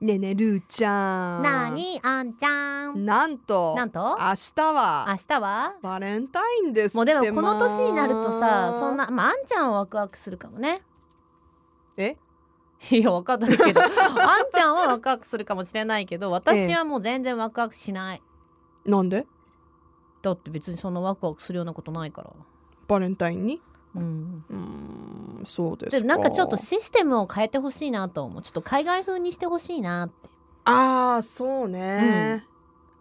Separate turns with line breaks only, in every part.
ねえねえるーちゃん
なにあんちゃん
なんと
なんと
明日
明
は
日は
バレンタインです
もう
って
でもこの年になるとさそん
な
なまああんちゃんはワクワクするか もね
え
いやわかんないけど あんちゃんはワクワクするかもしれないけど私はもう全然ワクワクしない
なんで
だって別にそんなワクワクするようなことないから
バレンタインに
うん
うーんそうです
で
か
なんかちょっとシステムを変えてほしいなと思うちょっと海外風にしてほしいなって
ああそうね、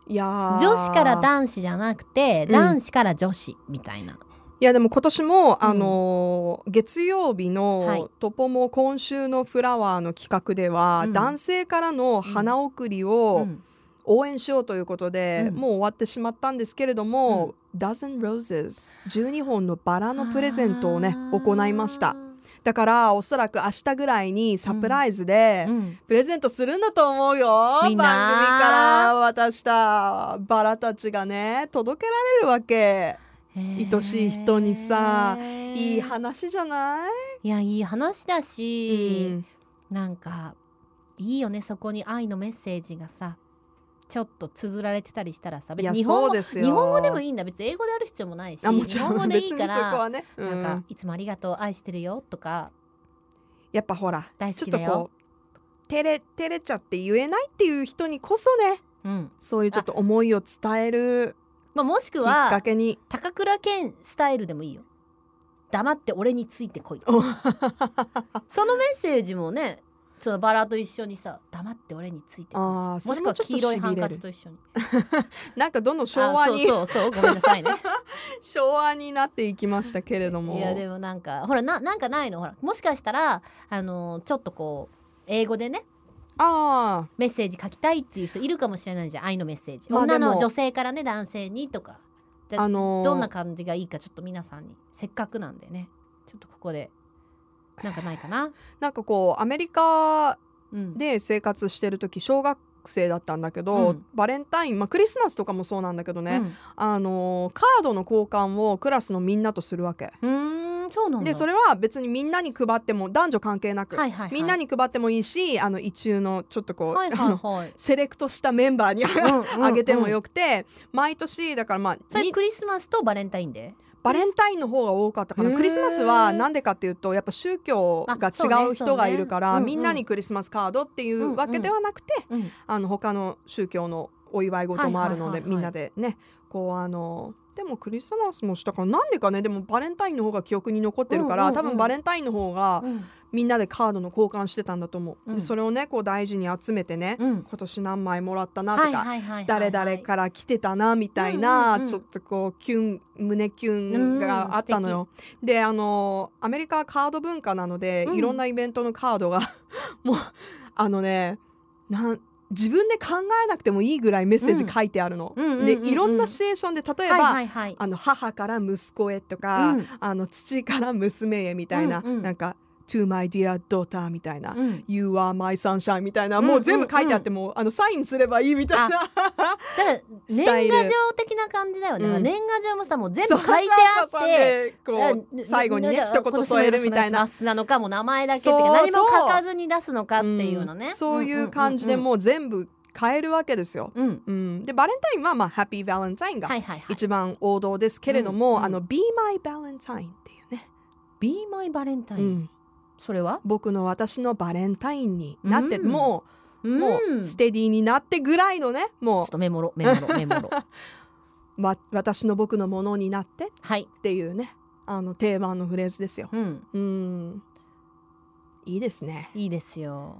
いやー
女子から男子じゃなくて
うん
男子から女子みたいな、
いやでも今年も、
ん
あのー月曜日
はい
の「トポも今週のフラワー」の企画では、
うん
男性からの花送り
う
を
ん
応援しようということで、
うん
もう終わってしまったんですけれども、Dozen Roses 12本のバラのプレゼントをね
あー
行いましただからおそらく明日ぐらいにサプライズで、
うん
プレゼントするんだと思うよ番
みん
組
な
から渡したバラたちがね届けられるわけ愛しい人にさ
へー
いい話じゃない
いやいい話だし、
ん、
なんかいいよねそこに愛のメッセージがさちょっと綴られてたりしたらさ
い
別
や
に日本
そう
語
ですよ
日本語でもいいんだ別に英語である必要もないし
あもち
日
ろ
本
ん
語でいいか
別にそこ
ら、
はね、う
なん
ん、
かいつもありがとう愛してるよとか
やっぱほら
大
ちょっ
好き
と
だよ
こう照れ照れちゃって言えないっていう人にこそね
うん
そういうちょっと思いを伝える
まあ、もしく
きっか
は
けに
高倉健スタイルでもいいよ黙って俺についてこい そのメッセージもねそのバラと一緒にさ黙って俺についてこい
ああそ
も
れ
しくは
もちょ
黄
っと
色い
し
ハ
び
ン
れ
カチ
る
と一緒に
なんかどんどん 昭和に
あそうそうそうごめんな さいね
昭和になっていきましたけれども
いやでもなんかほらななんかないのほらもしかしたらあのちょっとこう英語でね
ああ
メッセージ書きたいっていう人いるかもしれないじゃん愛のメッセージ、
まあ
女
で
の
も
女性からね男性にとかで
あのー
どんな感じがいいかちょっと皆さんにせっかくなんでねちょっとここでなんかないかな、
なんかこうアメリカ
うん、
で生活してる時小学生だったんだけど、
うん
バレンタイン、まあ、クリスマスとかもそうなんだけどね、
うん
あのーカードの交換をクラスのみんなとするわけ。
うーんそうなんだ
でそ
れ
れは別にみんなに配っても男女関係なく、
はいはいはい
みんなに配ってもいいしあの一応のちょっとこう、
はい
あ
はい
の
はい
セレクトしたメンバーに
うん
あげても
うん
よくて、毎年だからまあ
それ
に
クリスマスとバレンタインデー
バレンタインの方が多かったか
へ
な
ー
クリスマスはなんでかっていうとやっぱ宗教が
あそうね
違う人がいるか
そ
ら、
うねうんうん
みんなにクリスマスカードっていうわけではなくて、
うん
あの他の宗教のお祝い事もあるので、
はいはいはいはい
みんなでねこうあのでもクリスマスもしたからなんでかねでもバレンタインの方が記憶に残ってるから、
うんうんうん
多分バレンタインの方が
うん
みんなでカードの交換してたんだと思う、
うん
でそれをねこう大事に集めてね、
うん
今年何枚もらったなとか、
はいはいはい
誰々から来てたなみたいな、
うんうんうん
ちょっとこうキュン胸キュンがあったのよ。であのアメリカはカード文化なので、
うん
いろんなイベントのカードが もうあのねなん自分で考えなくてもいいぐらいメッセージ書いてあるの。
うんうんうん
で
うんうん
いろんなシチュエーションで例えば、
はいはいはい
あの母から息子へとか、
うん
あの父から娘へみたいな、
うんうん
なんか「To my dear daughter」みたいな。
うん、
You are my sunshine みたいな、
うん
もう全部書いてあって、もうあのサインすればいいみたいな。
だから
ス
年
タイル
賀状的な感じだよね、
うん
年賀状もさもう全
そ
部
う
書いてあ
そうそう
って
そうでこう最後にね一言添えるみたいな。
スなのかも名前だけっていうか
そう
何も
そう
書かずに出すのかっていうのね、
んそういう感じでもう全部変えるわけですよ。
うん、うん
うん、でバレンタインはまあハッピーバレンタインが
はいはいはい
一番王道ですけれども、
うんうん
あの Be my Valentine っていうね、
「Be my Valentine、
うん、
それは
僕の私のバレンタインになって、
うん
もうもうス
ちょ
テディになってぐらいのねも
っとメモろメモろ メモろ
うわ私の僕のものになってっ
はい、
ていうねあの定番のフレーズですよ。
うん、
うん、いいですね。
いいですよ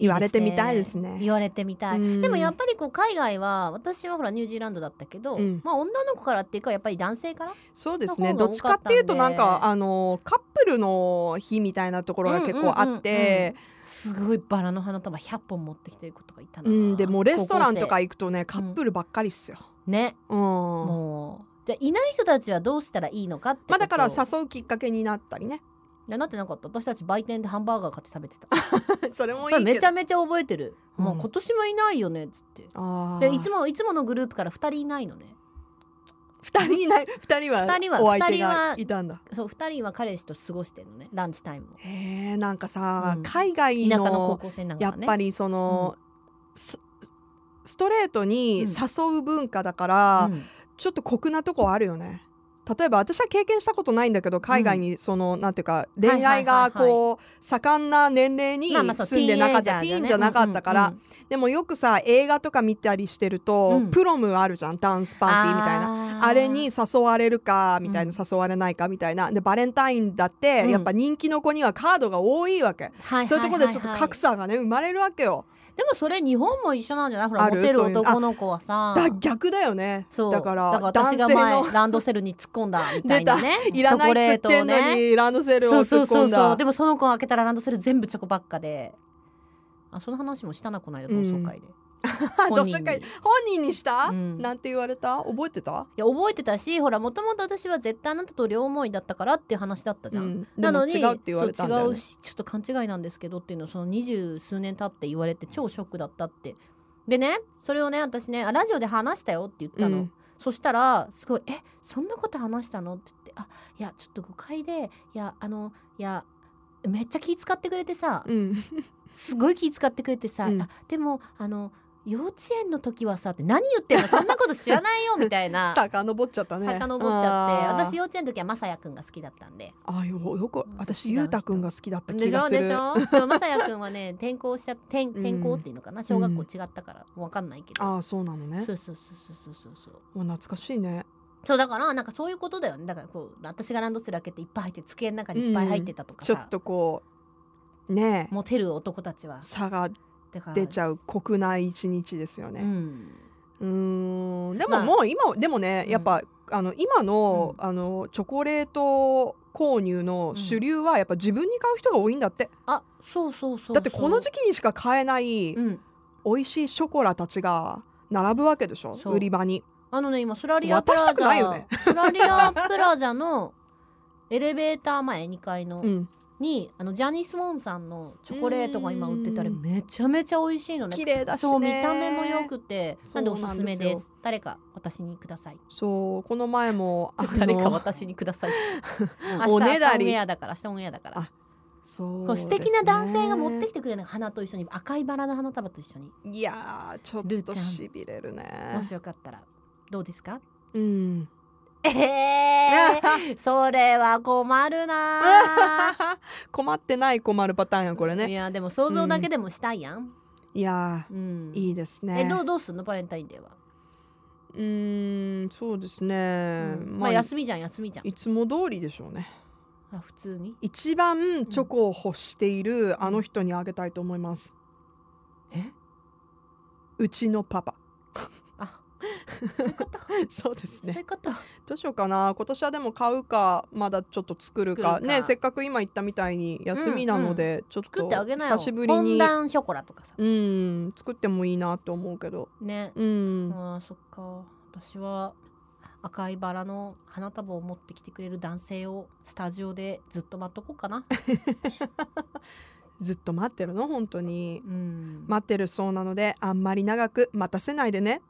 言われてみたいですね
言われてみたい、
うん
でもやっぱりこう海外は私はほらニュージーランドだったけど、
うん
まあ女の子からっていうかやっぱり男性から
そうですね
の方
ど
が
っ
多
ち
か
か
っ
った
ん
て
で
いうとなんかあのカップルの日みたいなところが結構あって、
すごいバラの花束100本持ってきてる子とかいた
う
なん
でもうレストランとか
高校
行くとねカップルばっかりっすよ。
生ね
うん
もうじゃあいない人たちはどうしたらいいのかってこと
まあ、だから誘うきっかけになったりね
いやなってなかった私たち売店でハンバーガー買って食べてた
それもいいけど
めちゃめちゃ覚えてる、
うん
もう今年もいないよねっつって
あ
でいつ
も
もいつものグループから2人いないのね
2人いない二人は
二人は
お相
二
手
人は
がいたんだ。
そう2人は彼氏と過ごしてるのねランチタイムを
へえなんかさ、
うん
海外
田舎の高
の
校生なが
や
ら
っ
ね
ぱりその、スストレートに
うん
誘う文化だから、
うん
ちょっと酷なとこあるよね例えば私は経験したことないんだけど海外にその、なんていうか恋愛
はいはい
が
はいはい
こう盛んな年齢に
まあまあそう
住んでなかった、テ
ティ
ィ
ー
ーン
ンエイジ
じ
ャーだね
ゃなかったから、
うんうんうん
でもよくさ映画とか見たりしてると、
うん
プロムあるじゃんダンスパーティーみたいな
な
あれに誘われるかみたいな
う
誘われないかみたいなでバレンタインだって、
うん
やっぱ人気の子にはカードが多いわけ、そういうところでちょっと格差がね生まれるわけよ
でもそれ日本も一緒なんじゃないほら
あ
モ
る
テる
そういうの
男の子はさ
だ逆だよね
そう
だから
私が
男性の
前ランドセルに突っ込んだみたいな ね
いらないっつってんのに、ランドセルを
そうそ
突
う
っ
そ
込
うんそう
だ
でもその子開けたらランドセル全部チョコばっかであその話もしたなこの間同窓会で、
あ
本
同
人
窓
に
会本人にした、
うん
なんて言われた覚えてた、
いや覚えてたしほらもともと私は絶対あなたと両思いだったからっていう話だったじ
う
ゃん、
ん、で
な
も
のに
違うって言われたんだ
そう
よ、
違う
ね、
しちょっと勘違いなんですけどっていうのをその二十数年経って言われて超ショックだったってでねそれをね私ねあラジオで話したよって言ったの、
うん
そしたらすごい「えそんなこと話したの?」って言って「あいやちょっと誤解でいやあのいやめっちゃ気使ってくれてさ、
うん、
すごい気使ってくれてさ、
うん
あでもあの幼稚園の時はさって何言ってんのそんなこと知らないよみた いな。
遡っちゃったね
遡っちゃって
あー
私幼稚園の時はまさやくんが好きだったんで
あよよく
うん
私
違う
ゆ
人
うたくんが好きだった
で
気
し
が
ょ
する
でしょでもまさやくんはね転校した転転校っていうのかな小学校違ったからわかんないけど、
ああそうなのね
そうそうそうそうそうそう
もう懐かしいね
そうだからなんかそういうことだよねだからこう私がランドセル開けていっぱい入って机の中にいっぱい入ってたとか
ちょ
さ
っ、とこうねえ
モテる男たちは
差が
だから
出ちゃう国内一日ですよ
う
ね。
ん、
うーんで
ま
も
あ
もう今、でもね
うん
やっぱ、あの今の,、
う
あのチョコレート購入の主流はやっぱ自分に買う人が多いんだって、
あそうそうそうそう
だってこの時期にしか買えない
うん
美味しいショコラたちが並ぶわけでしょ
そう
売り場に。
あのね今ソラリアプラ
渡したくない
ザ、
よね
ソラリアプラザのエレベーター前2階の、
うん、
にあのジャニー・スモンさんのチョコレートが今売ってたり
うん
めちゃめちゃ美味しいのね
綺麗だしね
そう見た目も良くて
そ
な
うん
で
なんです
おす
よ
すめです誰か私にく ださい
そうこの前もあの
誰か私にください明日
おねだ
明日オン
り
エアだから明日オンエアだから
あそう
こう素敵な男性が持って
き
きてくれるの花と一緒に赤いバラの花束と一緒に
いやーちょ
ルー
っと
ちゃん
しびれるね
もしよかったらどうですか
うん
えー、 それは困るなー
困ってない困るパターン やこれ
い
ね
やでも想像だけでもしたいやん、
いや
う
ー
ん
いいですね
えどうどうすんのバレンタインデーは、
うーんそうですね、
うんま
ま
あ
あ、
休みじゃん休みじゃん
いつも通りでしょうね
あ普通に
一番チョコを欲しているあの人にあげたいと思います
え
うちのパ パ
あそういうこと
そうです
そうい
ね
うこと
どうしようかな今年はでも買うかまだちょっと作るか
作るか
ねせっかく今言ったみたいに休みなので、ちょっ
作
と
ってあげなよ
久しぶり
フォン
に
ダンショコラとかさ
うん作ってもいいなと思うけど
ね、
うん
あーそっか私は赤いバラの花束を持ってきてくれる男性をスタジオでずっと待っとこうかな
ずっと待ってるの本当に
うん
待ってるそうなのであんまり長く待たせないでね